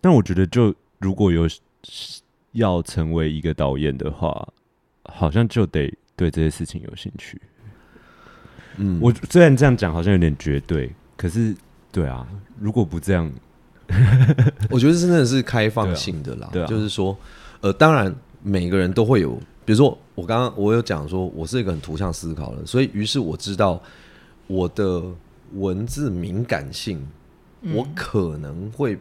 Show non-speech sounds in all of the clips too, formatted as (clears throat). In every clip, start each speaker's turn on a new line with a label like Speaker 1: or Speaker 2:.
Speaker 1: 但我觉得，就如果有要成为一个导演的话，好像就得对这些事情有兴趣。
Speaker 2: 嗯，
Speaker 1: 我虽然这样讲好像有点绝对，可是对啊，如果不这样，
Speaker 2: 我觉得真的是开放性的啦，
Speaker 1: 对啊对啊
Speaker 2: 就是说，呃，当然每个人都会有，比如说我刚刚我有讲说我是一个很图像思考的人，所以于是我知道我的文字敏感性，我可能会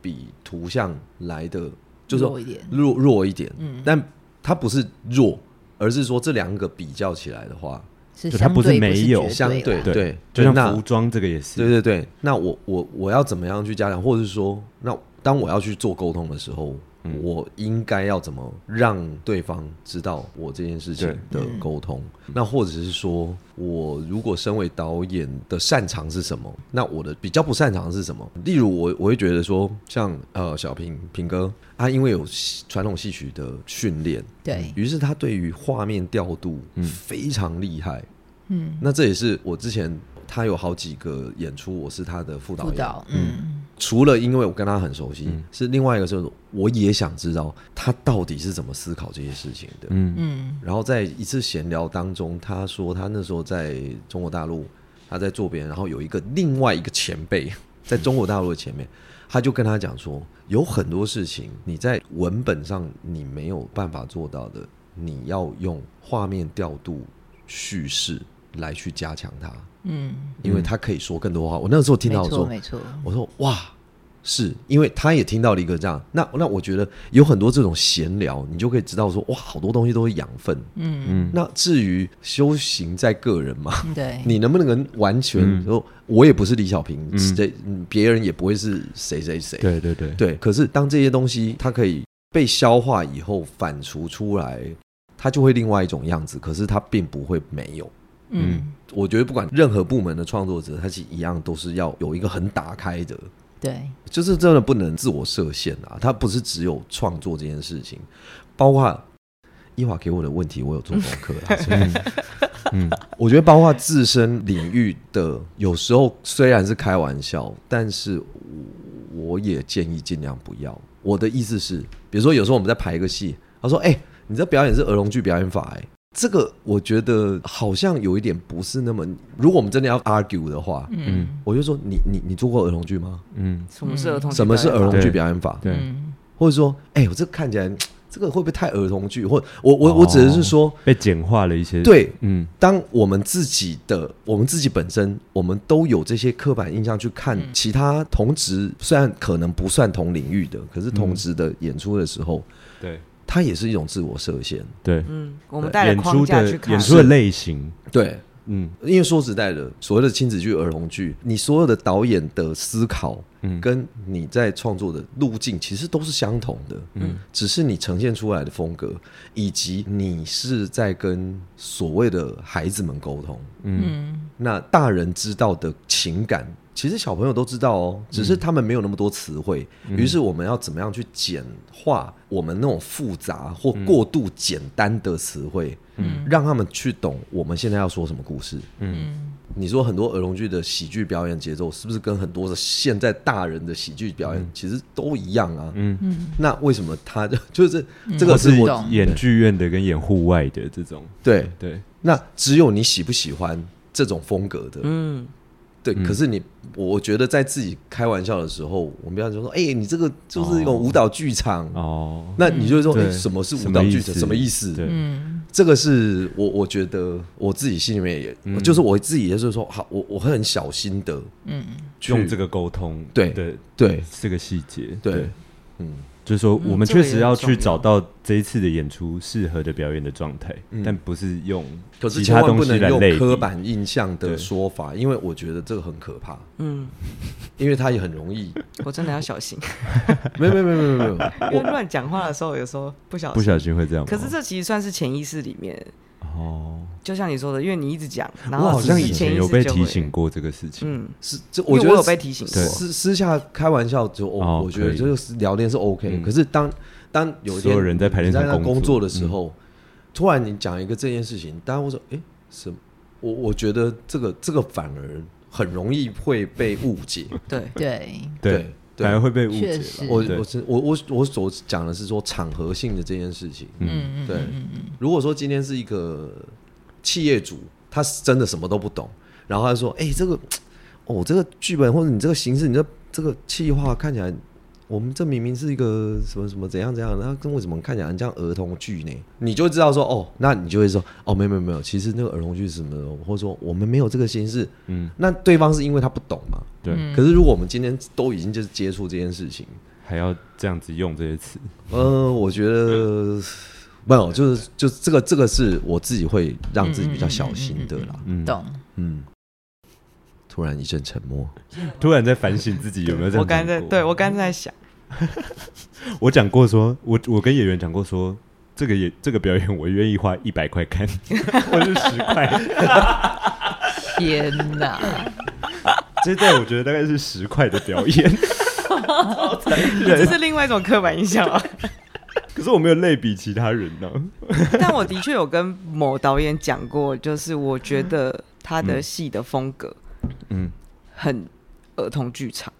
Speaker 2: 比图像来的就是说
Speaker 3: 弱一点
Speaker 2: 弱弱一点，
Speaker 1: 嗯
Speaker 2: 但它不是弱，而是说这两个比较起来的话，
Speaker 3: 是
Speaker 1: 就它不是
Speaker 3: 相对
Speaker 1: 没
Speaker 3: 是
Speaker 1: 有
Speaker 3: 绝
Speaker 2: 相
Speaker 3: 对
Speaker 2: 对
Speaker 3: 啦
Speaker 2: 对
Speaker 1: 就像
Speaker 2: 那
Speaker 1: 服装这个也是，
Speaker 2: 对对对，那我我我要怎么样去加强，或者是说，那当我要去做沟通的时候，我应该要怎么让对方知道我这件事情的沟通？那或者是说我如果身为导演的擅长是什么？那我的比较不擅长是什么？例如我我会觉得说，像呃小平平哥，他因为有戏传统戏曲的训练，
Speaker 3: 对，
Speaker 2: 于是他对于画面调度非常厉害。
Speaker 3: 嗯，
Speaker 2: 那这也是我之前他有好几个演出，我是他的副导
Speaker 3: 辅
Speaker 2: 演。
Speaker 3: 导，嗯，
Speaker 2: 除了因为我跟他很熟悉，是另外一个是我也想知道他到底是怎么思考这些事情的。
Speaker 1: 嗯
Speaker 3: 嗯，
Speaker 2: 然后在一次闲聊当中，他说他那时候在中国大陆，他在做别人，然后有一个另外一个前辈 (laughs) 在中国大陆的前面，他就跟他讲说，有很多事情你在文本上你没有办法做到的，你要用画面调度、叙事来去加强它，
Speaker 3: 嗯，
Speaker 2: 因为他可以说更多话。我那时候听到
Speaker 3: 没
Speaker 2: 我
Speaker 3: 错
Speaker 2: 说，
Speaker 3: 没错，
Speaker 2: 我说哇，是因为他也听到了一个这样，那那我觉得有很多这种闲聊，你就可以知道说哇，好多东西都是养分。
Speaker 3: 嗯，
Speaker 1: 嗯，
Speaker 2: 那至于修行在个人
Speaker 3: (laughs)
Speaker 2: 嘛，
Speaker 3: 对，
Speaker 2: 你能不能完全说，我也不是李小平，
Speaker 1: 嗯
Speaker 2: 谁、嗯别人也不会是谁谁谁，
Speaker 1: 对对对，
Speaker 2: 对。可是当这些东西它可以被消化以后反刍出来，它就会另外一种样子，可是它并不会没有。
Speaker 3: 嗯，
Speaker 2: 我觉得不管任何部门的创作者，他是一样都是要有一个很打开的，
Speaker 3: 对，
Speaker 2: 就是真的不能自我设限啊，它不是只有创作这件事情，包括一华给我的问题，我有做功课啦。所以 (laughs)
Speaker 1: 嗯
Speaker 2: 我觉得包括自身领域的，有时候虽然是开玩笑，但是我我也建议尽量不要。我的意思是，比如说有时候我们在排一个戏，他说：“哎、你这表演是儿童剧表演法、哎，这个我觉得好像有一点不是那么。如果我们真的要 argue 的话，
Speaker 3: 嗯，
Speaker 2: 我就说你你你做过儿童剧吗？
Speaker 1: 嗯，
Speaker 4: 什么是儿童？
Speaker 2: 什么是儿童
Speaker 1: 对
Speaker 2: 剧表演法？
Speaker 1: 对，
Speaker 3: 嗯
Speaker 2: 或者说，哎、我这个看起来，这个会不会太儿童剧？或我我我指的
Speaker 1: 哦
Speaker 2: 是说，
Speaker 1: 被简化了一些，，
Speaker 2: 对，
Speaker 1: 嗯
Speaker 2: 当我们自己的我们自己本身，我们都有这些刻板印象去看
Speaker 1: 嗯
Speaker 2: 其他同职，虽然可能不算同领域的，可是同职的演出的时候，
Speaker 1: 对
Speaker 2: 它也是一种自我设限。
Speaker 1: 对，
Speaker 4: 嗯，我们带
Speaker 1: 演
Speaker 4: 了框
Speaker 1: 出
Speaker 4: 架
Speaker 1: 的
Speaker 4: 去看
Speaker 1: 演出的类型，
Speaker 2: 对，
Speaker 1: 嗯
Speaker 2: 因为说实在的，所谓的亲子剧、儿童剧，你所有的导演的思考，
Speaker 1: 嗯
Speaker 2: 跟你在创作的路径其实都是相同的，
Speaker 1: 嗯，
Speaker 2: 只是你呈现出来的风格，以及你是在跟所谓的孩子们沟通，
Speaker 1: 嗯
Speaker 3: 嗯，
Speaker 2: 那大人知道的情感，其实小朋友都知道哦，只是他们没有那么多词汇。于、是我们要怎么样去简化我们那种复杂或过度简单的词汇，嗯，让他们去懂我们现在要说什么故事。
Speaker 3: 嗯，
Speaker 2: 你说很多儿童剧的喜剧表演节奏，是不是跟很多的现在大人的喜剧表演其实都一样啊？
Speaker 1: 嗯
Speaker 3: 嗯，
Speaker 2: 那为什么他就是 (laughs) 这
Speaker 1: 或
Speaker 2: 个是我
Speaker 3: 懂
Speaker 1: 演剧院的跟演户外的这种，
Speaker 2: 对？
Speaker 1: 对，
Speaker 2: 那只有你喜不喜欢这种风格的，
Speaker 4: 嗯，
Speaker 2: 对，
Speaker 1: 嗯
Speaker 2: 可是你，我我觉得在自己开玩笑的时候，我们不要就说，哎、你这个就是一种舞蹈剧场，
Speaker 1: 哦，
Speaker 2: 那你就会说，哎、
Speaker 1: 对
Speaker 2: 什么是舞蹈剧场？
Speaker 1: 什
Speaker 2: 什么
Speaker 1: 么
Speaker 2: 意
Speaker 1: 意
Speaker 2: 思？
Speaker 1: 对，
Speaker 3: 嗯，
Speaker 2: 这个是我我觉得我自己心里面也，
Speaker 1: 嗯
Speaker 2: 就是我自己也是说，好，我我会很小心的
Speaker 3: 嗯，
Speaker 2: 去
Speaker 1: 用这个沟通，
Speaker 2: 对
Speaker 1: 对，
Speaker 2: 对
Speaker 1: 这个细节，
Speaker 2: 对，嗯
Speaker 1: 就是说，
Speaker 4: 嗯
Speaker 1: 我们
Speaker 4: 这个
Speaker 1: 确
Speaker 4: 也
Speaker 1: 实
Speaker 4: 很
Speaker 1: 要
Speaker 4: 重要
Speaker 1: 去找到这一次的演出适合的表演的状态
Speaker 2: 嗯，
Speaker 1: 但不是用
Speaker 2: 可是
Speaker 1: 其
Speaker 2: 千
Speaker 1: 他
Speaker 2: 万
Speaker 1: 东
Speaker 2: 不
Speaker 1: 西
Speaker 2: 能
Speaker 1: 来类
Speaker 2: 用刻
Speaker 1: 比。
Speaker 2: 板印象的
Speaker 1: 对
Speaker 2: 说法，因为我觉得这个很可怕，
Speaker 4: 嗯，
Speaker 2: 因为它也很容易，
Speaker 4: 我真的要
Speaker 1: (laughs)
Speaker 4: 小心，
Speaker 2: 没有没有没有没有没有，
Speaker 4: 因为乱讲话的时候有时候不小
Speaker 1: 不
Speaker 4: 心。
Speaker 1: 小心会这样吗。
Speaker 4: 啊可是这其实算是潜意识里面，
Speaker 1: 哦，
Speaker 4: 就像你说的，因为你一直讲，然后
Speaker 1: 我好像
Speaker 4: 其实
Speaker 1: 以前
Speaker 4: 潜意
Speaker 1: 有
Speaker 4: 识
Speaker 1: 被
Speaker 4: 就
Speaker 1: 提
Speaker 4: 会
Speaker 1: 醒，过这个事情。
Speaker 4: 嗯，
Speaker 2: 是这
Speaker 4: 因为
Speaker 2: 我觉得
Speaker 4: 我有被提醒过
Speaker 1: 对
Speaker 2: 私私下开玩笑就我、
Speaker 1: 哦
Speaker 2: 我觉得
Speaker 1: 可以
Speaker 2: 就是聊天是 OK，、
Speaker 1: 嗯
Speaker 2: 可是当当有
Speaker 1: 所
Speaker 2: 一天
Speaker 1: 有人在排练
Speaker 2: 你
Speaker 1: 场
Speaker 2: 那工
Speaker 1: 工作嗯
Speaker 2: 的时候，突然你讲一个这件事情，大家会说，诶，什么？我我觉得这个这个反而很容易会被误解，
Speaker 1: (laughs)
Speaker 4: 对，
Speaker 3: 对，
Speaker 1: 对，反而会被误解
Speaker 3: 确
Speaker 1: 了。
Speaker 3: 实
Speaker 2: 我
Speaker 1: 对
Speaker 2: 我是我我我所讲的是说场合性的这件事情。
Speaker 3: 嗯嗯
Speaker 2: 对，如果说今天是一个企业主，他是真的什么都不懂，然后他说：“哎、这个哦，这个剧本或者你这个形式，你这这个企划看起来，我们这明明是一个什么什么怎样怎样，然后跟为什么看起来很像儿童剧呢？”你就会知道说：“哦，那你就会说哦，没有没有没有，其实那个儿童剧是什么，或者说我们没有这个形式。”
Speaker 1: 嗯，
Speaker 2: 那对方是因为他不懂嘛？
Speaker 1: 对，
Speaker 3: 嗯
Speaker 2: 可是如果我们今天都已经就是接触这件事情，
Speaker 1: 还要这样子用这些词，
Speaker 2: 嗯，我觉得没有，就是就这个这个是我自己会让自己比较小心的啦。
Speaker 1: 嗯，
Speaker 3: 懂。
Speaker 2: 嗯，突然一阵沉默，
Speaker 1: 突然在反省自己有没有这
Speaker 4: 我
Speaker 1: 样
Speaker 4: 刚
Speaker 1: 讲
Speaker 4: 才
Speaker 1: 过
Speaker 4: 对我刚才在想，
Speaker 1: 我讲过说，我我跟演员讲过说，这个也这个表演我愿意花一百块
Speaker 4: (laughs)
Speaker 1: 看，或是十块，
Speaker 3: 天哪，
Speaker 1: 这一段我觉得大概是十块的表
Speaker 4: (laughs)
Speaker 1: 演，
Speaker 4: 这是另外一种刻板印象
Speaker 1: (laughs)
Speaker 4: 啊。
Speaker 1: 可是我没有类比其他人呢、
Speaker 4: 但我的确有跟某导演讲过，就是我觉得他的戏的风格
Speaker 1: 嗯
Speaker 4: 很儿童剧场。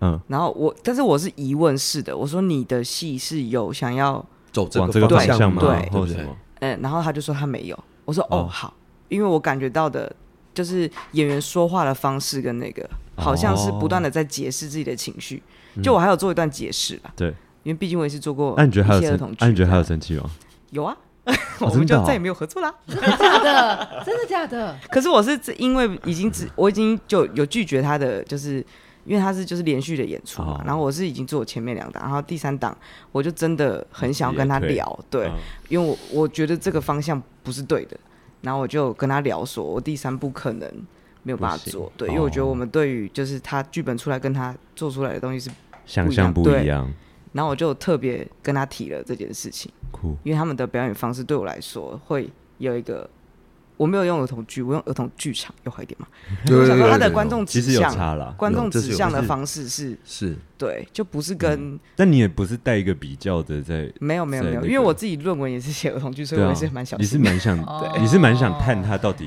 Speaker 1: 嗯，
Speaker 4: 然后我，但是我是疑问式的，我说你的戏是有想要，
Speaker 2: 走这
Speaker 1: 往这个
Speaker 4: 方
Speaker 1: 方
Speaker 4: 向
Speaker 1: 向
Speaker 2: 嘛，
Speaker 1: 吗？
Speaker 4: 对
Speaker 1: 或
Speaker 2: 不
Speaker 1: 者
Speaker 2: 对
Speaker 1: 什？么？
Speaker 4: 嗯，然后他就说他没有，我说
Speaker 1: 哦
Speaker 4: 哦好，因为我感觉到的就是演员说话的方式跟那个好像是不断
Speaker 1: 哦
Speaker 4: 的在解释自己的情绪，就我还有做一段解释啦，
Speaker 1: 对，
Speaker 4: 因为毕竟我也是做过
Speaker 1: 嗯啊那、你觉得还
Speaker 4: 一
Speaker 1: 有
Speaker 4: 些儿
Speaker 1: 生
Speaker 4: 童？
Speaker 1: 那、你觉得还有
Speaker 4: 剧
Speaker 1: 生气
Speaker 4: (laughs)
Speaker 1: 吗？
Speaker 4: 有啊，
Speaker 1: 哦
Speaker 4: 我
Speaker 1: 真
Speaker 4: 们
Speaker 1: 的
Speaker 4: 就
Speaker 1: 哦
Speaker 4: 再也没有合作啦。
Speaker 3: 真的假的？真的假的？
Speaker 4: 可是我是自因为已经只我已经就有拒绝他的，就是因为他是就是连续的演出嘛，
Speaker 1: 哦
Speaker 4: 然后我是已经做前面两档，然后第三档我就真的很想要跟他
Speaker 1: 也退
Speaker 4: 聊，对，
Speaker 1: 嗯
Speaker 4: 因为我我觉得这个方向不是对的，然后我就跟他聊说，我第三部可能没有办法
Speaker 1: 不行
Speaker 4: 做，对，因为我觉得我们对于就是他剧本出来跟他做出来的东西是，
Speaker 1: 想象不一样，
Speaker 4: 然后我就特别跟他提了这件事情，
Speaker 1: 酷，
Speaker 4: 因为他们的表演方式对我来说会有一个。我没有用儿童剧，我用儿童剧场有好一点嘛？
Speaker 2: 对
Speaker 4: 我
Speaker 2: 对
Speaker 4: 想
Speaker 2: 对
Speaker 4: 说
Speaker 2: 对，
Speaker 4: 他的
Speaker 2: 对
Speaker 4: 观众
Speaker 1: 其
Speaker 4: 指
Speaker 1: 实有
Speaker 4: 向，
Speaker 1: 差啦，
Speaker 4: 观众
Speaker 2: 有这是
Speaker 4: 指
Speaker 2: 有
Speaker 4: 向的
Speaker 2: 是
Speaker 4: 方式是
Speaker 2: 是
Speaker 4: 对，就不是跟
Speaker 1: 但你也不是带一个比较的在，
Speaker 4: 没有没有
Speaker 1: 在
Speaker 4: 没有，
Speaker 1: 那
Speaker 4: 因为
Speaker 1: 个
Speaker 4: 我自己论文也是写儿童剧，所以
Speaker 1: 对
Speaker 4: 我
Speaker 1: 啊
Speaker 4: 也是蛮小，
Speaker 1: 你是
Speaker 4: 心的。
Speaker 1: 蛮想
Speaker 3: 哦，
Speaker 1: 你是蛮想看他到底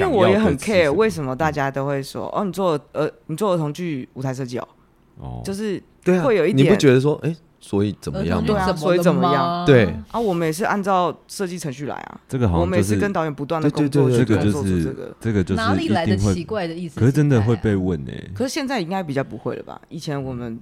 Speaker 1: 想
Speaker 4: 为
Speaker 1: 要的是什么，嗯
Speaker 4: 我也很 care 为什么大家都会说哦，你做呃你做儿童剧舞台设计哦，
Speaker 1: 哦，
Speaker 4: 就是
Speaker 2: 对啊，
Speaker 4: 会有一
Speaker 2: 你不
Speaker 4: 点
Speaker 2: 觉得说，哎，所以怎么样
Speaker 4: 对
Speaker 2: 吗？
Speaker 4: 啊所以怎么样
Speaker 2: 对，
Speaker 4: 啊，我们也是按照设计程序来啊，
Speaker 1: 这个好
Speaker 4: 我
Speaker 1: 像
Speaker 4: 们也
Speaker 1: 就是
Speaker 4: 跟导演不断的
Speaker 2: 对
Speaker 4: 工
Speaker 2: 对
Speaker 4: 作，
Speaker 2: 对
Speaker 1: 这
Speaker 2: 对
Speaker 4: 去
Speaker 1: 个
Speaker 4: 工
Speaker 1: 就
Speaker 4: 作出
Speaker 1: 是
Speaker 4: 这个。
Speaker 1: 这个就是
Speaker 3: 哪里来的
Speaker 1: 一定会
Speaker 3: 奇怪的意啊思？
Speaker 1: 可是真的会被问哎、
Speaker 4: 可是现在应该比较不会了吧？以前我们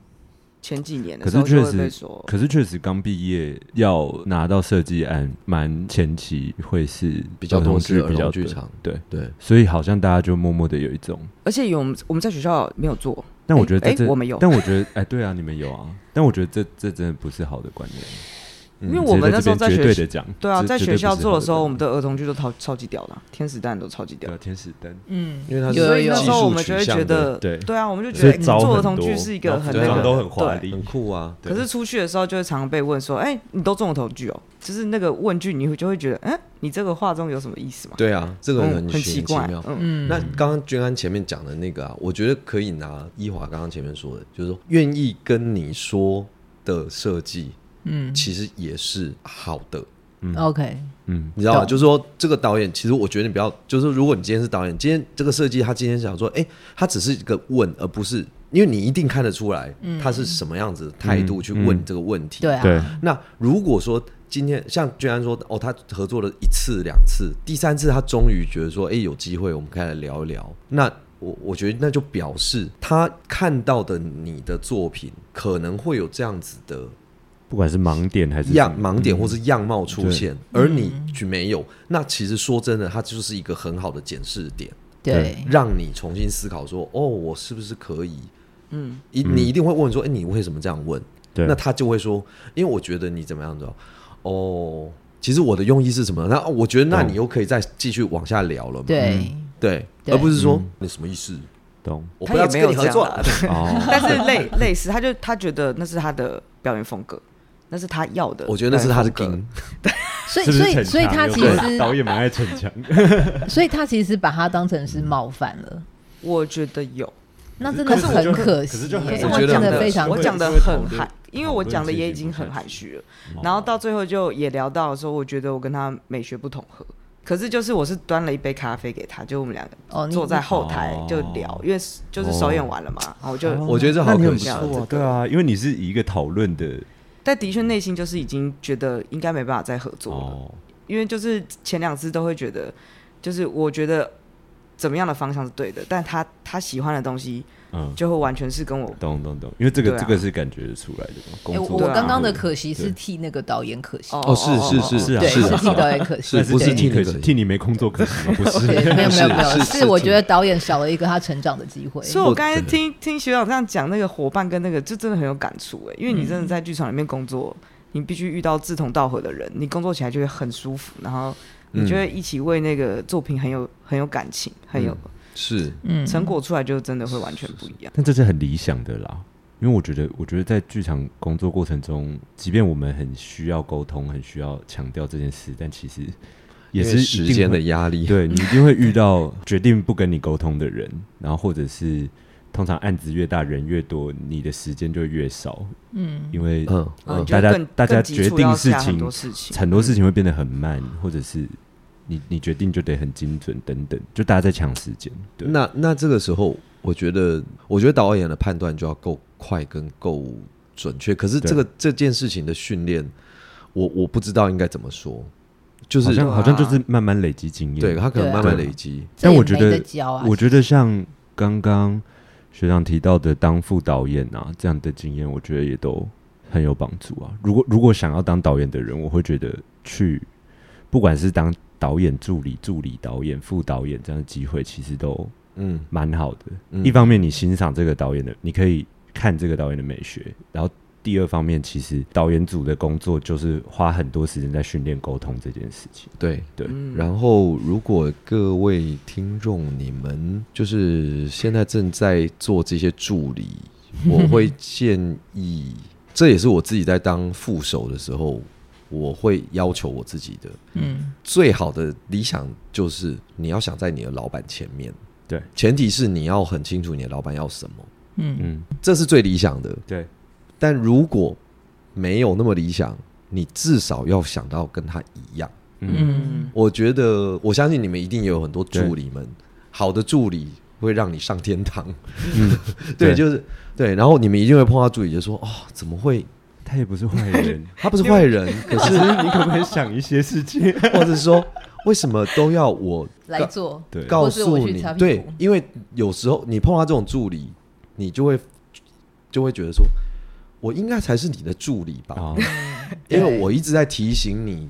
Speaker 4: 前几年的
Speaker 1: 可
Speaker 4: 时
Speaker 1: 是
Speaker 4: 候就
Speaker 1: 确
Speaker 4: 会被
Speaker 1: 实
Speaker 4: 说，，
Speaker 1: 可是确实刚毕业要拿到设计案，蛮前期会是
Speaker 2: 比较多是
Speaker 1: 剧
Speaker 2: 儿
Speaker 1: 比较
Speaker 2: 童剧
Speaker 1: 多
Speaker 2: 场，
Speaker 1: 对，
Speaker 2: 对，
Speaker 1: 所以好像大家就默默的有一种。
Speaker 4: 而且有我们我们在学校没有做，
Speaker 1: 但我
Speaker 4: 哎
Speaker 1: 觉得在
Speaker 4: 哎
Speaker 1: 这，
Speaker 4: 我们有
Speaker 1: 但我觉得哎，对啊，你们有啊，但我觉得这这真的不是好的观念。嗯
Speaker 4: 因为我们那时候在
Speaker 1: 绝对
Speaker 4: 学
Speaker 1: 的
Speaker 4: 校，
Speaker 1: 讲，
Speaker 4: 对啊，
Speaker 1: 这
Speaker 4: 在
Speaker 1: 绝对
Speaker 4: 学
Speaker 1: 不
Speaker 4: 校
Speaker 1: 是
Speaker 4: 做的
Speaker 1: 好
Speaker 4: 时候，我
Speaker 1: 观
Speaker 4: 们的儿童剧都超超级屌的啊，天使蛋都超级屌
Speaker 1: 念对。啊天使灯，
Speaker 3: 嗯，
Speaker 2: 因为他
Speaker 3: 有有
Speaker 4: 所以
Speaker 2: 是
Speaker 4: 那
Speaker 3: 有
Speaker 4: 时候我
Speaker 2: 技
Speaker 4: 们
Speaker 2: 术
Speaker 4: 就会
Speaker 2: 取向
Speaker 4: 觉
Speaker 2: 的，
Speaker 4: 得，
Speaker 1: 对
Speaker 4: 对啊，我们就觉
Speaker 1: 所以
Speaker 4: 得嗯
Speaker 1: 招
Speaker 4: 做儿
Speaker 1: 很
Speaker 4: 童剧
Speaker 1: 多
Speaker 4: 是一个很
Speaker 2: 服
Speaker 4: 那
Speaker 2: 装
Speaker 4: 个，
Speaker 1: 都很华
Speaker 4: 对
Speaker 1: 丽
Speaker 2: 很酷啊。
Speaker 1: 对
Speaker 4: 可是出去的时候就会常被问说：“哎、你都中了头剧哦？”就是那个问句，你会就会觉得：“嗯，你这个话中有什么意思吗？”
Speaker 2: 对啊，这个
Speaker 4: 嗯，
Speaker 2: 很
Speaker 4: 很
Speaker 2: 奇
Speaker 4: 奇怪
Speaker 2: 妙。。
Speaker 4: 嗯，
Speaker 3: 嗯，
Speaker 2: 那刚刚娟安前面讲的那个啊，我觉得可以拿一华刚刚前面说的，就是说愿意跟你说的设计，
Speaker 3: 嗯
Speaker 2: 其实也是好的，
Speaker 3: ，OK，
Speaker 1: 嗯，
Speaker 2: 你知道吗？
Speaker 3: 懂
Speaker 2: 就是说这个导演，其实我觉得你不要，就是如果你今天是导演，今天这个设计他今天想说，哎、他只是一个问，而不是因为你一定看得出来
Speaker 3: 嗯
Speaker 2: 他是什么样子的态度去问这个问题。
Speaker 3: 对啊，
Speaker 1: 嗯对，
Speaker 2: 那如果说今天像居然说哦，他合作了一次两次，第三次他终于觉得说，哎、有机会，我们可以来聊一聊。那我我觉得那就表示他看到的你的作品可能会有这样子的
Speaker 1: 不管是盲点还是
Speaker 2: 样
Speaker 1: 什么嗯
Speaker 2: 盲点或是样貌出现，而你却没有。那其实说真的，它就是一个很好的检视点，
Speaker 3: 对，
Speaker 2: 让你重新思考说，哦，我是不是可以？嗯，一你一定会问说，哎、你为什么这样问？
Speaker 1: 对
Speaker 2: 那他就会说，因为我觉得你怎么样的，哦，其实我的用意是什么？那哦我觉得，那
Speaker 1: 懂
Speaker 2: 你又可以再继续往下聊了嘛？
Speaker 3: 对，
Speaker 2: 对，
Speaker 3: 对
Speaker 2: 而不是说、
Speaker 1: 嗯
Speaker 2: 你什么意思？
Speaker 1: 懂
Speaker 4: (laughs)
Speaker 2: 我
Speaker 4: 他
Speaker 2: 不要
Speaker 4: 也
Speaker 2: 再
Speaker 4: 没
Speaker 2: 跟你
Speaker 4: 有这
Speaker 2: 合
Speaker 4: 样
Speaker 2: 作啊
Speaker 4: 啦
Speaker 2: 了。
Speaker 1: (laughs) 哦，
Speaker 4: 但是类类似，他就他觉得那是他的表演风格，那是他要的。
Speaker 2: 我觉得那是他的
Speaker 4: 表演风
Speaker 2: 根
Speaker 4: 格，，
Speaker 3: 所以
Speaker 1: 是不是
Speaker 3: 所以
Speaker 1: 逞
Speaker 3: 所以
Speaker 1: 强
Speaker 3: 他
Speaker 1: 有
Speaker 3: 其
Speaker 1: 时候
Speaker 3: 实
Speaker 1: 导演蛮爱逞强， (laughs)
Speaker 3: 所以他其实把它当成是冒犯了，
Speaker 4: 我觉得有。
Speaker 3: 那真的
Speaker 1: 可是
Speaker 3: 很
Speaker 1: 就很
Speaker 3: 可
Speaker 1: 可是
Speaker 3: 惜
Speaker 1: 就很
Speaker 3: 耶，
Speaker 2: 我觉得
Speaker 3: 真
Speaker 2: 很
Speaker 3: 的
Speaker 2: 可
Speaker 3: 非
Speaker 2: 惜
Speaker 3: 常
Speaker 4: 我
Speaker 3: 可
Speaker 4: 讲
Speaker 3: 惜
Speaker 4: 的
Speaker 1: 会讨
Speaker 4: 很
Speaker 1: 论
Speaker 4: 含，因为
Speaker 1: 讨
Speaker 4: 我
Speaker 1: 论
Speaker 4: 讲的
Speaker 1: 这
Speaker 4: 也
Speaker 1: 些
Speaker 4: 已
Speaker 1: 不
Speaker 4: 经很
Speaker 1: 太
Speaker 4: 含蓄了。然后到最后就也聊到说，我觉得我跟他美学不统合，可是就是我是端了一杯咖啡给他，就我们两
Speaker 3: 哦
Speaker 4: 个
Speaker 3: 你
Speaker 4: 坐在后台就聊，
Speaker 1: 哦
Speaker 4: 因为就是首演完了嘛，然后我就
Speaker 2: 我觉得这好
Speaker 1: 那你
Speaker 2: 可
Speaker 1: 很不
Speaker 2: 惜
Speaker 4: 哦
Speaker 1: 错啊，对啊，因为你是以一个讨论的
Speaker 4: 但的确内心就是已经觉得应该没办法再合作了，
Speaker 1: 哦，
Speaker 4: 因为就是前两次都会觉得，就是我觉得怎么样的方向是对的，但他他喜欢的东西
Speaker 1: 嗯，
Speaker 4: 就会完全是跟我
Speaker 1: 懂懂懂，因为这个
Speaker 4: 对啊
Speaker 1: 这个是感觉得出来的嘛，工
Speaker 3: 哎，
Speaker 1: 作
Speaker 3: 我
Speaker 4: 对啊
Speaker 3: 刚刚的
Speaker 1: 对
Speaker 3: 可惜是替那个导演可惜，
Speaker 2: 哦，是是是
Speaker 1: 是啊
Speaker 3: 对，
Speaker 1: 是
Speaker 3: 是替导演可惜，
Speaker 2: 是
Speaker 1: 但
Speaker 2: 不
Speaker 1: 是
Speaker 2: 是
Speaker 1: 替你
Speaker 2: 替你
Speaker 1: 可
Speaker 2: 可
Speaker 1: 惜
Speaker 2: 惜
Speaker 1: 替你没工作可惜
Speaker 3: (laughs)
Speaker 1: 吗？不
Speaker 3: 对，
Speaker 1: 是，
Speaker 3: 没有没有
Speaker 2: 是
Speaker 3: 没有，
Speaker 2: 是
Speaker 3: 是
Speaker 2: 是
Speaker 3: 我
Speaker 2: 挺
Speaker 3: 觉得导演少了一个他成长的机会。
Speaker 4: 所以我
Speaker 2: 我
Speaker 4: 刚才
Speaker 2: 真的
Speaker 4: 听听学长这样讲，那个伙伴跟那个，就真的很有感触哎，因为你真的在剧场里面工作，
Speaker 1: 嗯
Speaker 4: 你必须遇到志同道合的人，你工作起来就会很舒服，然后你
Speaker 1: 嗯
Speaker 4: 就会一起为那个作品很有很有感情，很有、
Speaker 2: 是
Speaker 3: 嗯
Speaker 4: 成果出来，就真的会完全不一样。
Speaker 1: 但这是很理想的啦。因为我觉得，我觉得在剧场工作过程中，即便我们很需要沟通，很需要强调这件事，但其实也
Speaker 2: 因
Speaker 1: 是
Speaker 2: 为
Speaker 1: 一
Speaker 2: 时
Speaker 1: 定
Speaker 2: 间
Speaker 1: 会
Speaker 2: 的压力，
Speaker 1: 对你一定会遇到决定不跟你沟通的人，然后或者是通常案子越大人越多，你的时间就越少，
Speaker 3: 嗯，
Speaker 1: 因为
Speaker 2: 嗯
Speaker 4: 然后
Speaker 2: 嗯
Speaker 4: 哦你就
Speaker 1: 大
Speaker 4: 会
Speaker 1: 家
Speaker 4: 更
Speaker 1: 大家
Speaker 4: 更急促
Speaker 1: 决定
Speaker 4: 要下
Speaker 1: 事情
Speaker 4: 很多事情，
Speaker 1: 很多事情会变得很慢，或者是你你决定就得很精准等等，就大家在抢时间。对，
Speaker 2: 那那这个时候，我觉得，我觉得导演的判断就要够快跟够准确。可是
Speaker 1: 对
Speaker 2: 这个这件事情的训练，我我不知道应该怎么说，就
Speaker 1: 好
Speaker 2: 是啊
Speaker 1: 像好像就是慢慢累积经验。
Speaker 2: 对他可能慢慢
Speaker 1: 对啊
Speaker 2: 累积，
Speaker 3: 这
Speaker 1: 但我
Speaker 3: 也
Speaker 1: 觉
Speaker 3: 没得
Speaker 1: 得
Speaker 3: 教啊，
Speaker 1: 我觉得像刚刚学长提到的当副导演啊这样的经验，我觉得也都很有帮助啊。如果如果想要当导演的人，我会觉得去不管是当导演助理、助理导演、副导演这样的机会，其实都
Speaker 2: 嗯，
Speaker 1: 蛮好的。
Speaker 2: 嗯
Speaker 1: 一方面你欣赏这个导演的，你可以看这个导演的美学，然后。第二方面，其实导演组的工作就是花很多时间在训练沟通这件事情。
Speaker 2: 对。
Speaker 1: 对
Speaker 4: 嗯
Speaker 2: 然后，如果各位听众你们就是现在正在做这些助理，我会建议，这也是我自己在当副手的时候，我会要求我自己的，
Speaker 3: 嗯，
Speaker 2: 最好的理想就是你要想在你的老板前面，
Speaker 1: 对，
Speaker 2: 前提是你要很清楚你的老板要什么，
Speaker 3: 嗯
Speaker 1: 嗯，
Speaker 2: 这是最理想的。
Speaker 1: 对，
Speaker 2: 但如果没有那么理想，你至少要想到跟他一样。
Speaker 1: 嗯，
Speaker 3: 嗯
Speaker 2: 我觉得，我相信你们一定也有很多助理们，好的助理会让你上天堂。 (laughs) 对，
Speaker 1: 嗯对
Speaker 2: 就是对，然后你们一定会碰到助理，就说哦，怎么会？
Speaker 1: 他也不是坏人，
Speaker 2: 他不是坏
Speaker 3: (laughs)
Speaker 2: 人，可
Speaker 1: 只
Speaker 2: 是
Speaker 1: 是你可不可以想一些事情？
Speaker 2: 或者说为什么都要我
Speaker 3: 来做，
Speaker 1: 对，
Speaker 2: 告
Speaker 3: 或是
Speaker 2: 诉
Speaker 3: 我去
Speaker 2: 你
Speaker 3: 擦，屁
Speaker 2: 对
Speaker 3: 股，
Speaker 2: 因为有时候你碰到这种助理，你就会就会觉得说，我应该才是你的助理吧，
Speaker 1: 啊，
Speaker 2: 因为
Speaker 3: 对
Speaker 2: 我一直在提醒你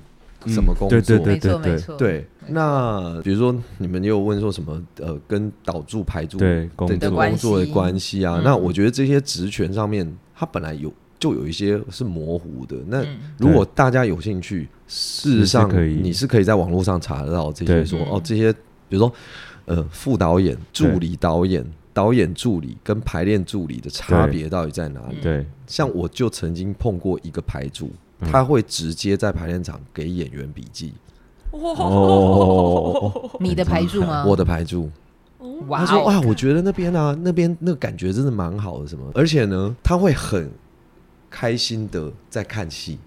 Speaker 2: 什么工作。
Speaker 1: 嗯对对对
Speaker 3: 没错
Speaker 1: 对
Speaker 3: 没错，
Speaker 2: 对那比如说你们也有问说什么呃，跟导助排助
Speaker 1: 对工
Speaker 2: 的
Speaker 1: 作
Speaker 2: 工作的
Speaker 3: 的关系
Speaker 2: 关系啊，
Speaker 3: 嗯
Speaker 2: 那我觉得这些职权上面，它本来有就有一些是模糊的。那
Speaker 3: 嗯
Speaker 2: 如果大家有兴趣，事实上
Speaker 1: 是可以
Speaker 2: 你是可以在网络上查得到这些
Speaker 1: 对
Speaker 2: 说
Speaker 3: 嗯
Speaker 2: 哦，这些比如说呃副导演、
Speaker 1: 对
Speaker 2: 助理导演、导演助理跟排练助理的差别到底在哪
Speaker 3: 嗯
Speaker 2: 里？
Speaker 1: 对，
Speaker 2: 像我就曾经碰过一个排助，
Speaker 1: 嗯
Speaker 2: 他会直接在排练场给演员笔记，
Speaker 1: 哦，
Speaker 3: 你的排柱吗？
Speaker 2: 我的排助。
Speaker 3: 哇
Speaker 2: 他说
Speaker 3: 哦，
Speaker 2: 啊，我觉得那边啊，那边那个感觉真的蛮好的，什么，而且呢，他会很开心的在看
Speaker 3: (laughs)
Speaker 2: 戏，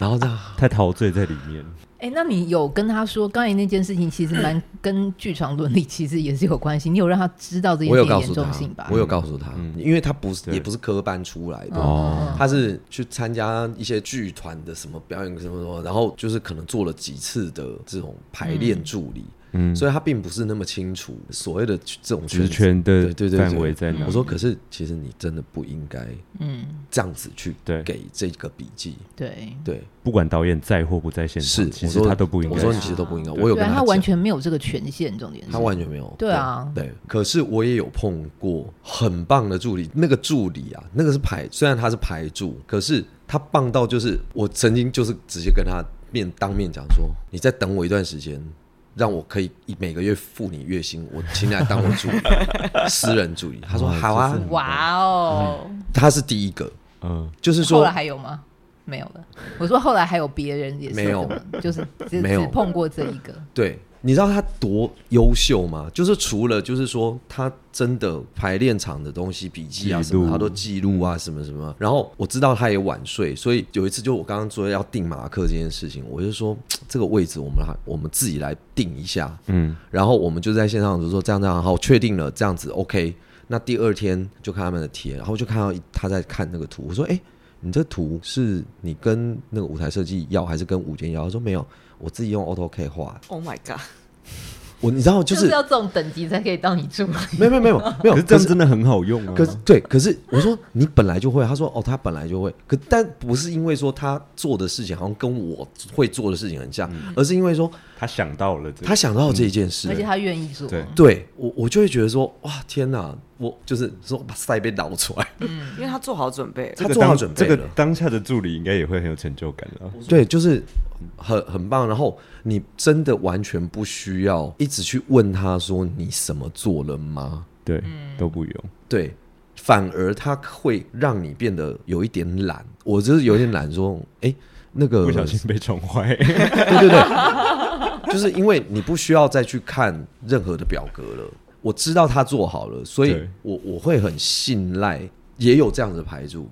Speaker 2: 然后这样，
Speaker 3: 啊
Speaker 1: 太陶醉在里面，
Speaker 3: 哎，那你有跟他说刚才那件事情，其实蛮跟剧场伦理其实也是有关系，你有让他知道这件
Speaker 2: 我有
Speaker 3: 事情
Speaker 2: 告
Speaker 3: 严
Speaker 2: 诉
Speaker 3: 重
Speaker 2: 他
Speaker 3: 性吧，
Speaker 2: 我？有告诉他，
Speaker 1: 嗯
Speaker 2: 因为他不是
Speaker 1: 对
Speaker 2: 也不是科班出来的。
Speaker 3: 嗯
Speaker 1: 哦
Speaker 2: 他是去参加一些剧团的什么表演什么什么，然后就是可能做了几次的这种排练助理，
Speaker 1: 嗯，
Speaker 2: 所以他并不是那么清楚所谓的这种
Speaker 1: 职
Speaker 2: 子
Speaker 1: 权的
Speaker 2: 对对对对
Speaker 1: 范围在哪？
Speaker 2: 我说，可是其实你真的不应该
Speaker 3: 嗯，
Speaker 2: 这样子去
Speaker 1: 对
Speaker 2: 给这个笔记，
Speaker 3: 对。
Speaker 2: 对，
Speaker 1: 不管导演在或不在现
Speaker 2: 是
Speaker 1: 场，，其
Speaker 2: 我
Speaker 1: 实
Speaker 2: 说
Speaker 1: 他都不应该
Speaker 2: 我
Speaker 1: 是。
Speaker 2: 说你其实都不应该，
Speaker 1: 对
Speaker 2: 我有
Speaker 3: 对
Speaker 2: 跟
Speaker 3: 啊，他
Speaker 2: 讲
Speaker 3: 完，全没有这个权限，重点是
Speaker 2: 他完全没有。
Speaker 3: 对啊
Speaker 2: 对，对可是我也有碰过很棒的助理，那个助理啊，那个是排，虽然他是排助，可是他棒到就是我曾经就是直接跟他面当面讲说，你再等我一段时间。让我可以每个月付你月薪，我请你来当我助
Speaker 3: (laughs)
Speaker 2: 理，私人助理。他说
Speaker 1: 哇
Speaker 2: 好啊
Speaker 1: 这是，
Speaker 3: 嗯哇哦！
Speaker 2: 他是第一个，
Speaker 1: 嗯，
Speaker 2: 就是说
Speaker 3: 后来还有吗？没有了。我说后来还有别人也是
Speaker 2: 没有
Speaker 3: 这么，就是只
Speaker 2: 没有
Speaker 3: 只碰过这一个。
Speaker 2: 对，你知道他多优秀吗？就是除了就是说他真的排练场的东西笔记啊
Speaker 1: 记
Speaker 2: 什
Speaker 1: 录
Speaker 2: 么，他都记录啊什么什么。然后我知道他也晚睡，所以有一次就我刚刚说要定马克这件事情，我就说这个位置我们还我们自己来定一下。
Speaker 1: 嗯，
Speaker 2: 然后我们就在线上就说这样这样好，确定了这样子 OK。那第二天就看他们的贴，然后就看到他在看那个图，我说：“哎、你这图是你跟那个舞台设计要，还是跟舞间要？”他说：“没有，我自己用 AutoK 画。
Speaker 4: Oh my god！
Speaker 2: 我你知道就
Speaker 3: 就是是要这种等级才可以当你助理。
Speaker 2: 没有没有没有没有，
Speaker 1: 可是这样真的很好用啊。
Speaker 2: 可是对，可是我说你本来就会，他说哦，他本来就会，可但不是因为说他做的事情好像跟我会做的事情很像，
Speaker 1: 嗯
Speaker 2: 而是因为说
Speaker 1: 他想到了这
Speaker 2: 他
Speaker 1: 个，
Speaker 2: 想到这一件事，
Speaker 3: 而且他愿意做，
Speaker 1: 对
Speaker 2: 对我我就会觉得说哇天哪，我就是说把塞被捞出来，
Speaker 1: 嗯
Speaker 4: 因为他做好准备了，
Speaker 2: 他
Speaker 1: 这个
Speaker 2: 做好
Speaker 1: 当
Speaker 2: 准备
Speaker 1: 这个
Speaker 2: 了
Speaker 1: 当下的助理应该也会很有成就感啊。
Speaker 2: 对，就是很很棒。然后你真的完全不需要一直去问他说你什么做了吗？
Speaker 1: 对，都不用。
Speaker 2: 对，反而他会让你变得有一点懒。我就是有点懒，说哎、诶那个
Speaker 1: 不小心被宠坏，
Speaker 2: 对对
Speaker 1: (laughs)
Speaker 2: 对，就是因为你不需要再去看任何的表格了，我知道他做好了，所以
Speaker 1: 对
Speaker 2: 我我会很信赖，也有这样子的排助。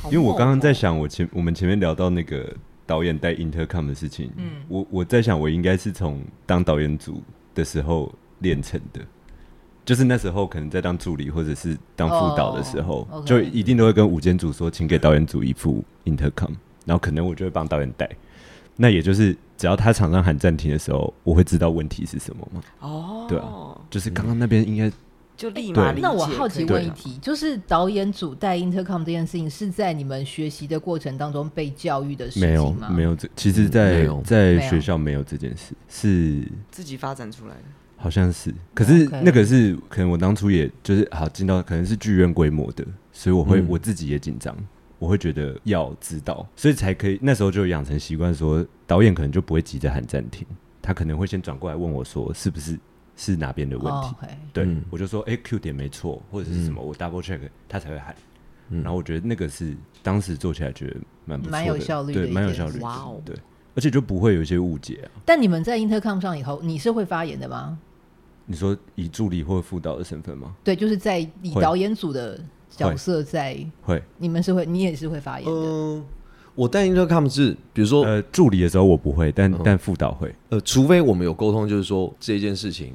Speaker 4: 好
Speaker 1: 因为我
Speaker 4: 猛
Speaker 1: 刚刚
Speaker 4: 哦
Speaker 1: 在想，我前我们前面聊到那个导演带 intercom 的事情，嗯，我我在想，我应该是从当导演组的时候练成的，就是那时候可能在当助理或者是当副导的时候，
Speaker 3: 哦，OK
Speaker 1: 就一定都会跟舞监组说，请给导演组一副 intercom，然后可能我就会帮导演带。那也就是，只要他场上喊暂停的时候，我会知道问题是什么嘛？
Speaker 4: 哦，
Speaker 1: 对就是刚刚那边应该
Speaker 4: 就立马
Speaker 1: 对
Speaker 4: 理解。
Speaker 3: 那我好奇
Speaker 4: 可以
Speaker 3: 问一题，就是导演组带 intercom 这件事情是在你们学习的过程当中被教育的事
Speaker 1: 没有
Speaker 3: 情吗？
Speaker 1: 没
Speaker 3: 有，
Speaker 1: 有这，其实
Speaker 2: 嗯
Speaker 1: 在
Speaker 2: 没、有
Speaker 1: 在
Speaker 3: 没有
Speaker 1: 学校没有这件事，是
Speaker 4: 自己发展出来的，
Speaker 1: 好像是，可是
Speaker 3: OK
Speaker 1: 那个是可能我当初也就是好进到可能是剧院规模的，所以我会、
Speaker 2: 嗯
Speaker 1: 我自己也紧张，我会觉得要知道，所以才可以那时候就养成习惯说，导演可能就不会急着喊暂停，他可能会先转过来问我说是不是是哪边的问题，
Speaker 3: 哦，OK，
Speaker 1: 对、
Speaker 2: 嗯
Speaker 1: 我就说哎、Q 点没错或者是什么，我 double check 他才会喊，
Speaker 2: 嗯
Speaker 1: 然后我觉得那个是当时做起来觉得蛮不错的，
Speaker 3: 蛮有效率的
Speaker 1: 对，
Speaker 3: 一
Speaker 1: 蛮有
Speaker 3: 件
Speaker 1: 效
Speaker 3: 事
Speaker 1: 率的，
Speaker 4: 哇哦
Speaker 1: 对，而且就不会有一些误解啊。
Speaker 3: 但你们在 intercom 上以后，你是会发言的吗？
Speaker 1: 你说以助理或副导的身份吗？
Speaker 3: 对，就是在以
Speaker 1: 会
Speaker 3: 导演组的角色在，
Speaker 1: 会，
Speaker 3: 你们是会，你也是会发言的。
Speaker 2: 嗯、我带 intercom 是，比如说呃
Speaker 1: 呃，助理的时候我不会，但、
Speaker 2: 嗯
Speaker 1: 但副导会，
Speaker 2: 除非我们有沟通，就是说这件事情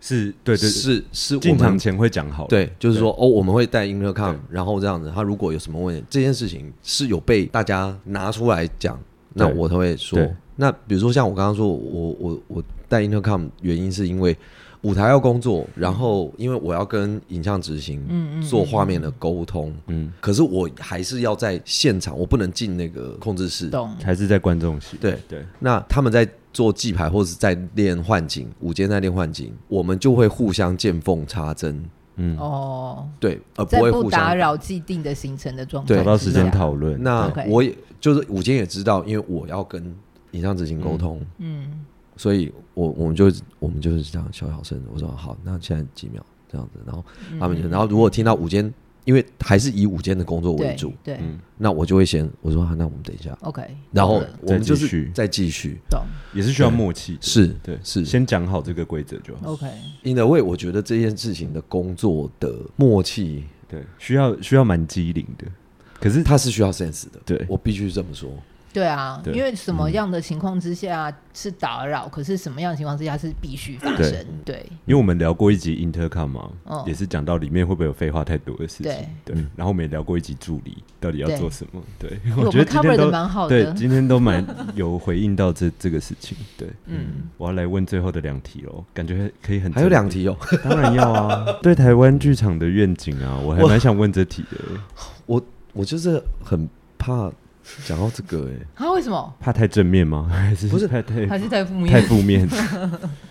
Speaker 1: 是对对，
Speaker 2: 是是我
Speaker 1: 进场
Speaker 2: 们。
Speaker 1: 前会讲好，，
Speaker 2: 对，就是说哦，我们会带 intercom，
Speaker 1: 对
Speaker 2: 然后这样子，他如果有什么问题，这件事情是有被大家拿出来讲，那
Speaker 1: 对
Speaker 2: 我才会说
Speaker 1: 对。
Speaker 2: 那比如说像我刚刚说，我我我带 intercom 原因是因为舞台要工作，然后因为我要跟影像执行
Speaker 3: 嗯嗯
Speaker 2: 做画面的沟通，
Speaker 1: 嗯，
Speaker 2: 可是我还是要在现场，我不能进那个控制室，
Speaker 3: 懂。
Speaker 1: 还是在观众席，
Speaker 2: 对
Speaker 1: 对，
Speaker 2: 那他们在做记牌或是在练幻景，午间在练幻景，我们就会互相见缝插针，
Speaker 1: 嗯，
Speaker 3: 哦，
Speaker 2: 对，而呃不
Speaker 3: 在
Speaker 2: 会
Speaker 3: 不
Speaker 2: 互
Speaker 3: 打
Speaker 2: 相。
Speaker 3: 扰既定的行程的状态
Speaker 2: 对
Speaker 1: 找到时
Speaker 3: 之下，
Speaker 1: 间讨论，
Speaker 2: 那
Speaker 3: 对
Speaker 2: 我也就是午间也知道，因为我要跟影像执行沟通，
Speaker 3: 嗯，
Speaker 2: 所以我我们就我们就是这样小小声，我说好，那现在几秒这样子，然后他们就，然后如果听到午间，因为还是以午间的工作为
Speaker 3: 对
Speaker 2: 主，
Speaker 3: 对
Speaker 1: 嗯，
Speaker 2: 那我就会先我说、啊、那我们等一下，
Speaker 3: ，OK，
Speaker 2: 然后我们就
Speaker 1: 再继
Speaker 2: 是
Speaker 1: 续
Speaker 2: 再继续，
Speaker 3: 懂
Speaker 1: 也是需要默契的，
Speaker 2: 是
Speaker 1: 对，
Speaker 2: 是
Speaker 1: 先讲好这个规则就好，
Speaker 3: ，OK，
Speaker 2: 因 n 为我觉得这件事情的工作的默契，
Speaker 1: 对，需要需要蛮机灵的，可是
Speaker 2: 它是需要 sense 的。
Speaker 1: 对嗯
Speaker 2: 我必须这么说。
Speaker 3: 对啊，
Speaker 1: 对
Speaker 3: 因为什么样的情况之下是打扰，可是什么样的情况之下是必须发
Speaker 1: 对
Speaker 3: 生，对，
Speaker 1: 因为我们聊过一集 intercom 嘛，
Speaker 3: 嗯
Speaker 1: 也是讲到里面会不会有废话太多的事情
Speaker 3: 对，嗯哎
Speaker 1: 对。然后我们也聊过一集助理到底要做什么，对。
Speaker 3: 我
Speaker 1: 觉得今
Speaker 3: 们 cover
Speaker 1: 天
Speaker 3: 的
Speaker 1: 都
Speaker 3: 蛮好
Speaker 1: 对，
Speaker 3: 的，
Speaker 1: 今天都蛮有回应到这这个事情，对。
Speaker 3: 嗯，
Speaker 1: 我要来问最后的两题喽，感觉可以很
Speaker 2: 还有两
Speaker 1: 题，
Speaker 2: 题哦， (laughs)
Speaker 1: 当然要啊， (laughs) 对台湾剧场的愿景啊，我还蛮想问这题的，
Speaker 2: (laughs) 我就是很怕讲到这个哎、
Speaker 3: 他啊为什么？
Speaker 1: 怕太正面吗？还是
Speaker 2: 不是
Speaker 1: 太太
Speaker 3: 还是在负
Speaker 1: 太
Speaker 3: 面？
Speaker 1: 负
Speaker 3: (laughs)
Speaker 1: 面？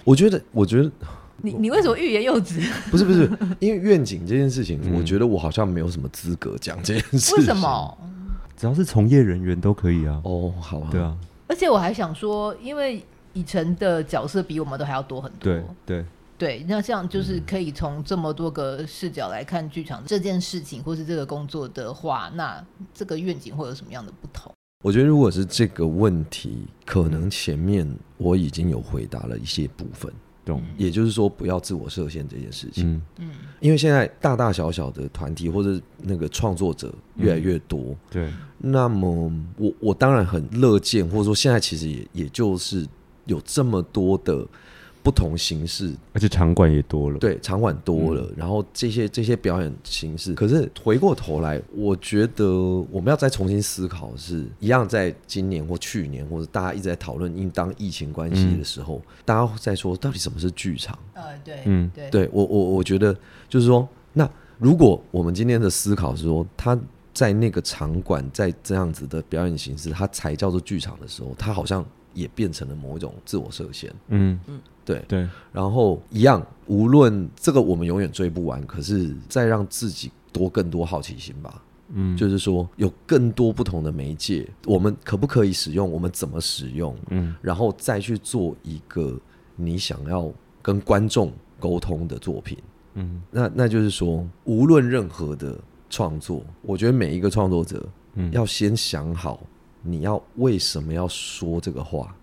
Speaker 2: 我觉得，我觉得 (laughs)
Speaker 3: 你你为什么欲言又止？
Speaker 2: 不是不是，因为愿景这件事情，
Speaker 1: 嗯
Speaker 2: 我觉得我好像没有什么资格讲这件事。
Speaker 3: 为什？么？
Speaker 1: 只要是从业人员都可以啊，
Speaker 2: 哦，好啊，
Speaker 1: 对，啊，
Speaker 3: 而且我还想说，因为以晨的角色比我们都还要多很多，
Speaker 1: 对对，
Speaker 3: 对，那这样就是可以从这么多个视角来看剧场这件事情，或是这个工作的话，那这个愿景会有什么样的不同？
Speaker 2: 我觉得如果是这个问题，可能前面我已经有回答了一些部分，
Speaker 1: 懂？
Speaker 2: 也就是说不要自我设限这件事情，
Speaker 1: 嗯，
Speaker 2: 因为现在大大小小的团体或者那个创作者越来越多，
Speaker 1: 对，
Speaker 2: 那么我我当然很乐见，或者说现在其实也也就是有这么多的不同形式
Speaker 1: 而且场馆也多了，，
Speaker 2: 对，场馆多了，然后这些这些表演形式，可是回过头来，我觉得我们要再重新思考是，一样在今年或去年，或者大家一直在讨论应当疫情关系的时候，大家在说到底什么是剧场？
Speaker 3: 呃，对，
Speaker 1: 嗯
Speaker 3: 对，
Speaker 2: 对我我我觉得就是说，那如果我们今天的思考是说，他在那个场馆在这样子的表演形式，它才叫做剧场的时候，它好像也变成了某一种自我设限，
Speaker 1: 嗯，
Speaker 2: 对。
Speaker 1: 对，
Speaker 2: 然后一样，无论这个我们永远追不完，可是再让自己多更多好奇心吧。
Speaker 1: 嗯，
Speaker 2: 就是说有更多不同的媒介，我们可不可以使用？我们怎么使用？
Speaker 1: 嗯，
Speaker 2: 然后再去做一个你想要跟观众沟通的作品。
Speaker 1: 嗯
Speaker 2: 那那就是说，无论任何的创作，我觉得每一个创作者，
Speaker 1: 嗯
Speaker 2: 要先想好你要为什么要说这个话，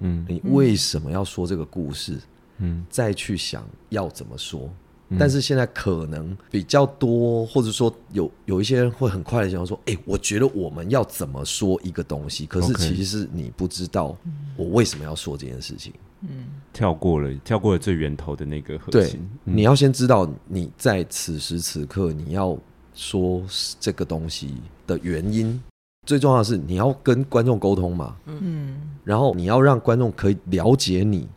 Speaker 1: 嗯
Speaker 2: 你为什么要说这个故事，
Speaker 1: 嗯
Speaker 2: 再去想要怎么说。
Speaker 1: 嗯
Speaker 2: 但是现在可能比较多，或者说有有一些人会很快的想要说，哎、我觉得我们要怎么说一个东西，可是
Speaker 1: OK
Speaker 2: 其实是你不知道我为什么要说这件事情。
Speaker 3: 嗯
Speaker 1: 跳过了，跳过了最源头的那个核
Speaker 2: 对
Speaker 1: 心，，嗯
Speaker 2: 你要先知道你在此时此刻你要说这个东西的原因，最重要的是你要跟观众沟通嘛，
Speaker 3: 嗯
Speaker 2: 然后你要让观众可以了解你。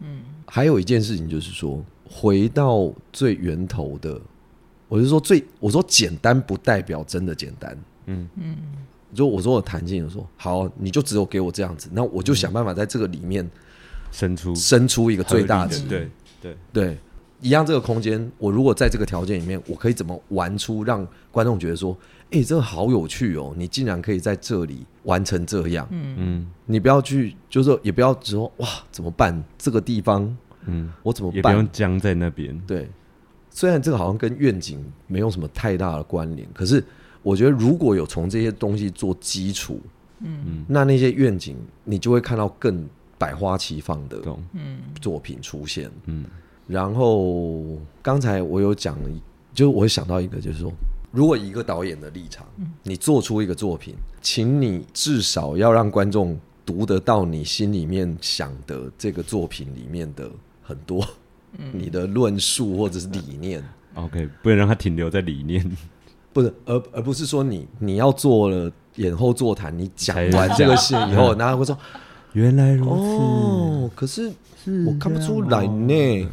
Speaker 3: 嗯
Speaker 2: 还有一件事情就是说，回到最源头的，我是说最，我说简单不代表真的简单。
Speaker 1: 嗯
Speaker 3: 嗯
Speaker 2: 就我说我弹性，我说好，你就只有给我这样子，那我就想办法在这个里面
Speaker 1: 伸出
Speaker 2: 生出一个最
Speaker 1: 合
Speaker 2: 大
Speaker 1: 理
Speaker 2: 值
Speaker 1: 的，。对对，
Speaker 2: 对，一样这个空间，我如果在这个条件里面，我可以怎么玩出让观众觉得说，哎、这个好有趣哦，你竟然可以在这里完成这样。
Speaker 1: 嗯
Speaker 2: 你不要去，就是说也不要只说哇怎么办，这个地方
Speaker 1: 嗯，
Speaker 2: 我怎么
Speaker 1: 也不
Speaker 2: 办
Speaker 1: 用？僵在那边，
Speaker 2: 对，虽然这个好像跟愿景没有什么太大的关联，可是我觉得如果有从这些东西做基础，嗯，那那些愿景你就会看到更百花齐放的
Speaker 1: 懂？
Speaker 2: 作品出现。
Speaker 1: 嗯
Speaker 2: 然后刚才我有讲了一，就是我想到一个，就是说，如果以一个导演的立场，你做出一个作品，请你至少要让观众读得到你心里面想的这个作品里面的很多 (laughs) 你的论述或者是理念，
Speaker 1: ，OK，不能让它停留在理
Speaker 2: (laughs)
Speaker 1: 念，
Speaker 2: 不是，而而不是说你你要做了演后座谈，你讲
Speaker 1: 才嗯
Speaker 2: 完这个戏以后，然后会说
Speaker 1: 原来如
Speaker 2: 哦，可是啊我看不出
Speaker 1: 啊
Speaker 2: 来
Speaker 1: 嗯
Speaker 2: 呢，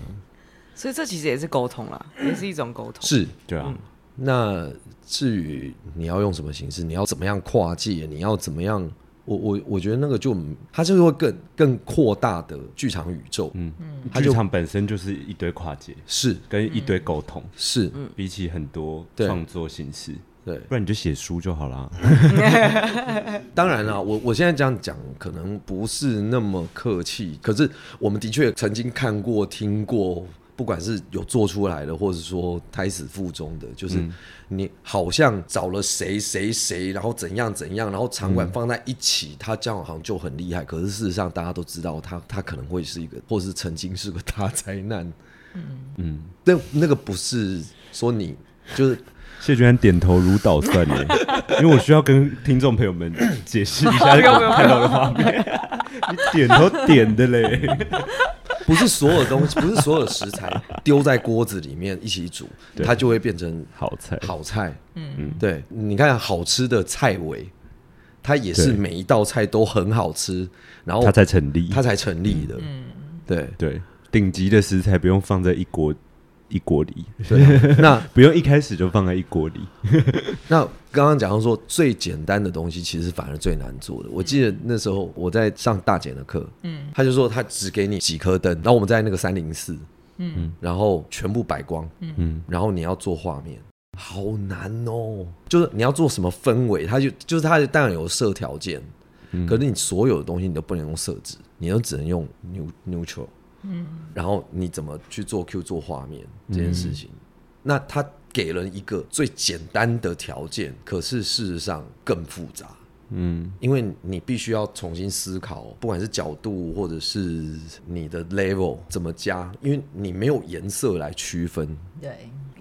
Speaker 4: 所以这其实也是沟通
Speaker 1: (clears throat)
Speaker 4: 啦，也是一种沟通。
Speaker 2: 是。
Speaker 1: 对啊，
Speaker 2: 嗯那至于你要用什么形式，你要怎么样跨界，你要怎么样，我我我觉得那个就它就是会更更扩大的剧场宇宙，嗯，他
Speaker 1: 剧
Speaker 2: 就
Speaker 1: 场本身就是一堆跨界
Speaker 2: 是
Speaker 1: 跟一
Speaker 2: 嗯
Speaker 1: 堆沟通，
Speaker 2: 是，
Speaker 1: 比起很多
Speaker 2: 嗯对
Speaker 1: 创作形式，
Speaker 2: 对。
Speaker 1: 不然你就写书就好啦。
Speaker 2: 当然啦，我我现在这样讲可能不是那么客气，可是我们的确曾经看过、听过，不管是有做出来的，或者说胎死腹中的，就是你好像找了谁谁谁，然后怎样怎样，然后场馆放在一起，他这样好像就很厉害。可是事实上，大家都知道他他可能会是一个，或是曾经是个大灾难。嗯，那那个不是说你就是
Speaker 1: 谢娟点头如捣蒜耶，因为我需要跟听众朋友们解释一下这个我看到的画面。你点头点的嘞，
Speaker 2: 不是所有东西，不是所有食材丢在锅子里面一起煮，
Speaker 1: 对
Speaker 2: 它就会变成
Speaker 1: 好菜，
Speaker 2: 好菜。
Speaker 1: 嗯
Speaker 2: 嗯，对，你看好吃的菜尾，它也是
Speaker 1: 对
Speaker 2: 每一道菜都很好吃，然后
Speaker 1: 它才成立。
Speaker 2: 它才成立的。对
Speaker 1: 对顶级的食材不用放在一锅一锅里，
Speaker 2: 对，那
Speaker 1: 不用一开始就放在一锅里。
Speaker 2: (laughs) 那刚刚讲到说最简单的东西，其实反而最难做的。我记得那时候我在上大姐的课，嗯，他就说他只给你几颗灯，然后我们在那个三零四，嗯，然后全部摆光，
Speaker 1: 嗯
Speaker 2: 嗯，然后你要做画面，好难哦，就是你要做什么氛围，他就就是他当然有设条件，可是你所有的东西你都不能用设置，你都只能用 new neutral，嗯，然后你怎么去做 Q 做画面这件事情，那他给了一个最简单的条件，可是事实上更复杂。
Speaker 1: 嗯
Speaker 2: 因为你必须要重新思考，不管是角度或者是你的 level 怎么加，因为你没有颜色来区分。
Speaker 3: 对，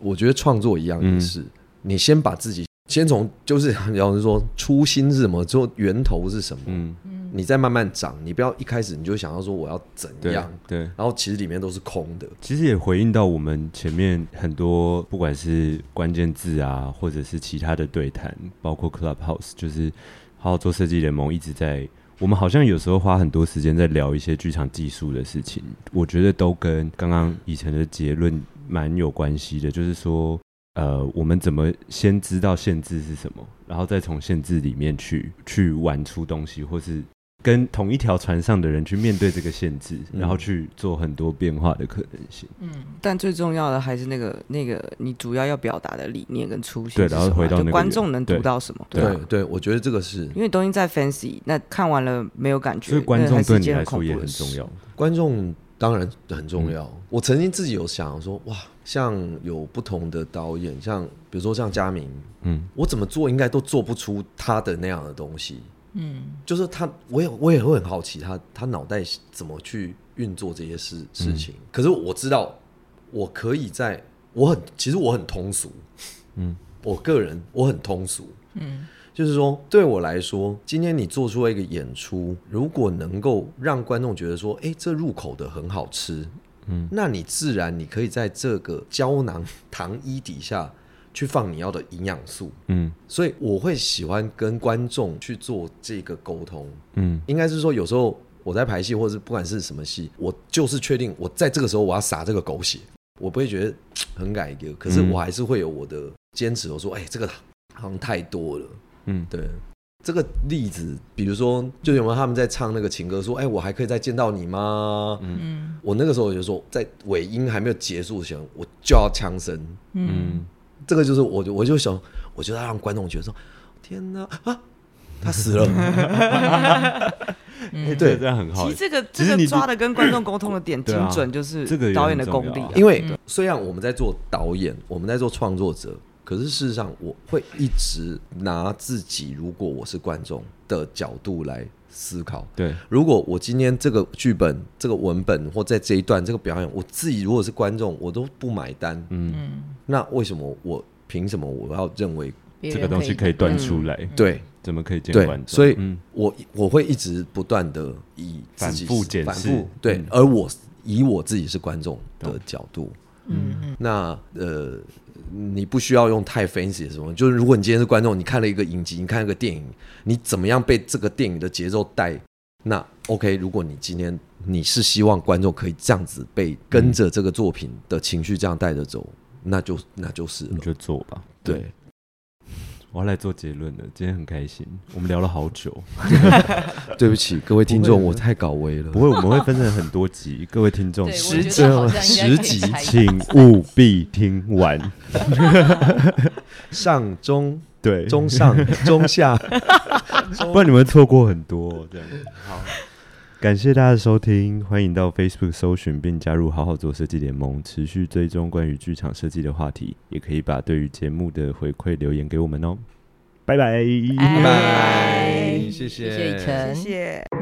Speaker 2: 我觉得创作一样也是，你先把自己先从就是有人说初心是什么，就源头是什么，
Speaker 1: 嗯，
Speaker 2: 你再慢慢长，你不要一开始你就想要说我要怎
Speaker 1: 对
Speaker 2: 样，
Speaker 1: 对。
Speaker 2: 然后其实里面都是空的。
Speaker 1: 其实也回应到我们前面很多，不管是关键字啊，或者是其他的对谈，包括 Clubhouse，就是好好做设计联盟一直在，我们好像有时候花很多时间在聊一些剧场技术的事情，我觉得都跟刚刚以前的结论蛮有关系的，就是说。呃，我们怎么先知道限制是什么，然后再从限制里面去去玩出东西，或是跟同一条船上的人去面对这个限制，
Speaker 2: 嗯
Speaker 1: 然后去做很多变化的可能性。
Speaker 3: 嗯，
Speaker 4: 但最重要的还是那个那个你主要要表达的理念跟初心
Speaker 1: 对
Speaker 4: 是
Speaker 1: 然
Speaker 4: 什么啊，
Speaker 1: 后回到
Speaker 4: 就
Speaker 1: 那个
Speaker 4: 观
Speaker 1: 原
Speaker 4: 众能
Speaker 1: 对
Speaker 4: 读到什么，
Speaker 1: 对啊
Speaker 2: 对对，我觉得这个是
Speaker 4: 因为东西再 fancy，那看完了没有感觉，
Speaker 1: 所以观众对你来
Speaker 4: 来
Speaker 1: 说也很重。要。
Speaker 2: 观众当然很重要。
Speaker 1: 嗯
Speaker 2: 我曾经自己有想说，哇，像有不同的导演，像比如说像佳明，
Speaker 1: 嗯，
Speaker 2: 我怎么做应该都做不出他的那样的东西。嗯，就是他，我也我也会很好奇他他脑袋怎么去运作这些
Speaker 1: 嗯
Speaker 2: 事事情。可是我知道，我可以在我很其实我很通俗，
Speaker 1: 嗯，
Speaker 2: 我个人我很通俗，
Speaker 3: 嗯
Speaker 2: 就是说，对我来说，今天你做出了一个演出，如果能够让观众觉得说，诶，这入口的很好吃，嗯，那你自然你可以在这个胶囊糖衣底下去放你要的营养素。
Speaker 1: 嗯
Speaker 2: 所以我会喜欢跟观众去做这个沟通，
Speaker 1: 嗯
Speaker 2: 应该是说有时候我在排戏，或者是不管是什么戏，我就是确定我在这个时候我要撒这个狗血，我不会觉得很改革，可是
Speaker 1: 嗯
Speaker 2: 我还是会有我的坚持。我说，诶，这个好像太多了。
Speaker 1: 嗯，
Speaker 2: 对，这个例子，比如说，就有没有他们在唱那个情歌，说：“哎、我还可以再见到你吗？”
Speaker 3: 嗯
Speaker 2: 我那个时候我就说，在尾音还没有结束前，我就要枪声。
Speaker 3: 嗯，
Speaker 1: 嗯
Speaker 2: 这个就是我就，我就想，我就要让观众觉得说：“天哪啊，他死了！”哎对
Speaker 1: 这样很好欸
Speaker 4: 其实。这个
Speaker 1: 其
Speaker 4: 这
Speaker 1: 实
Speaker 4: 个
Speaker 1: 你
Speaker 4: 抓的跟观众沟通的点
Speaker 1: 对啊
Speaker 4: 精准，就是
Speaker 1: 这个也
Speaker 4: 导演的
Speaker 1: 很重
Speaker 4: 功
Speaker 1: 要
Speaker 4: 力啊。 (laughs)
Speaker 2: 因为虽然我们在做导演，我们在做创作者，可是事实上我会一直拿自己，如果我是观众的角度来思考。
Speaker 1: 对，
Speaker 2: 如果我今天这个剧本、这个文本或在这一段这个表演，我自己如果是观众，我都不买单，
Speaker 1: 嗯，
Speaker 2: 那为什么我凭什么我要认为
Speaker 3: 别
Speaker 1: 这
Speaker 3: 人
Speaker 1: 个东西可以断出来，
Speaker 2: 对
Speaker 1: 怎么可以见
Speaker 2: 对
Speaker 1: 观？众？
Speaker 2: 所以
Speaker 1: 嗯
Speaker 2: 我我会一直不断的以自己
Speaker 1: 反复检视
Speaker 2: 反复对
Speaker 1: 嗯，
Speaker 2: 而我以我自己是观众的角度，
Speaker 3: 嗯嗯
Speaker 2: 那呃，你不需要用太 fancy 的什么，就是如果你今天是观众，你看了一个影集，你看了一个电影，你怎么样被这个电影的节奏带？那 OK，如果你今天你是希望观众可以这样子被跟着这个作品的情绪这样带着走，那就那就是了
Speaker 1: 你。就做吧。
Speaker 2: 对，
Speaker 1: 我要来做结论了，今天很开心，我们聊了好久。
Speaker 2: (laughs) 对不起各位听
Speaker 1: 不
Speaker 2: 众，
Speaker 1: 会
Speaker 2: 我太搞微了。
Speaker 1: 不会，我们会分成很多
Speaker 3: (laughs)
Speaker 1: 集，各位听众，
Speaker 3: 对我
Speaker 2: 十
Speaker 3: 觉得好像应该可以
Speaker 1: 十集，
Speaker 3: 拆
Speaker 1: 请务必听完。
Speaker 2: 上中
Speaker 1: 对，
Speaker 2: 中上中下，
Speaker 1: 不然你们错过很多、这样。好，感谢大家的收听，欢迎到 Facebook 搜寻并加入“好好做设计联盟”，持续追踪关于剧场设计的话题，也可以把对于节目的回馈留言给我们哦。拜拜。
Speaker 3: 拜
Speaker 2: 拜，谢
Speaker 3: 谢谢以晨。
Speaker 4: 谢谢。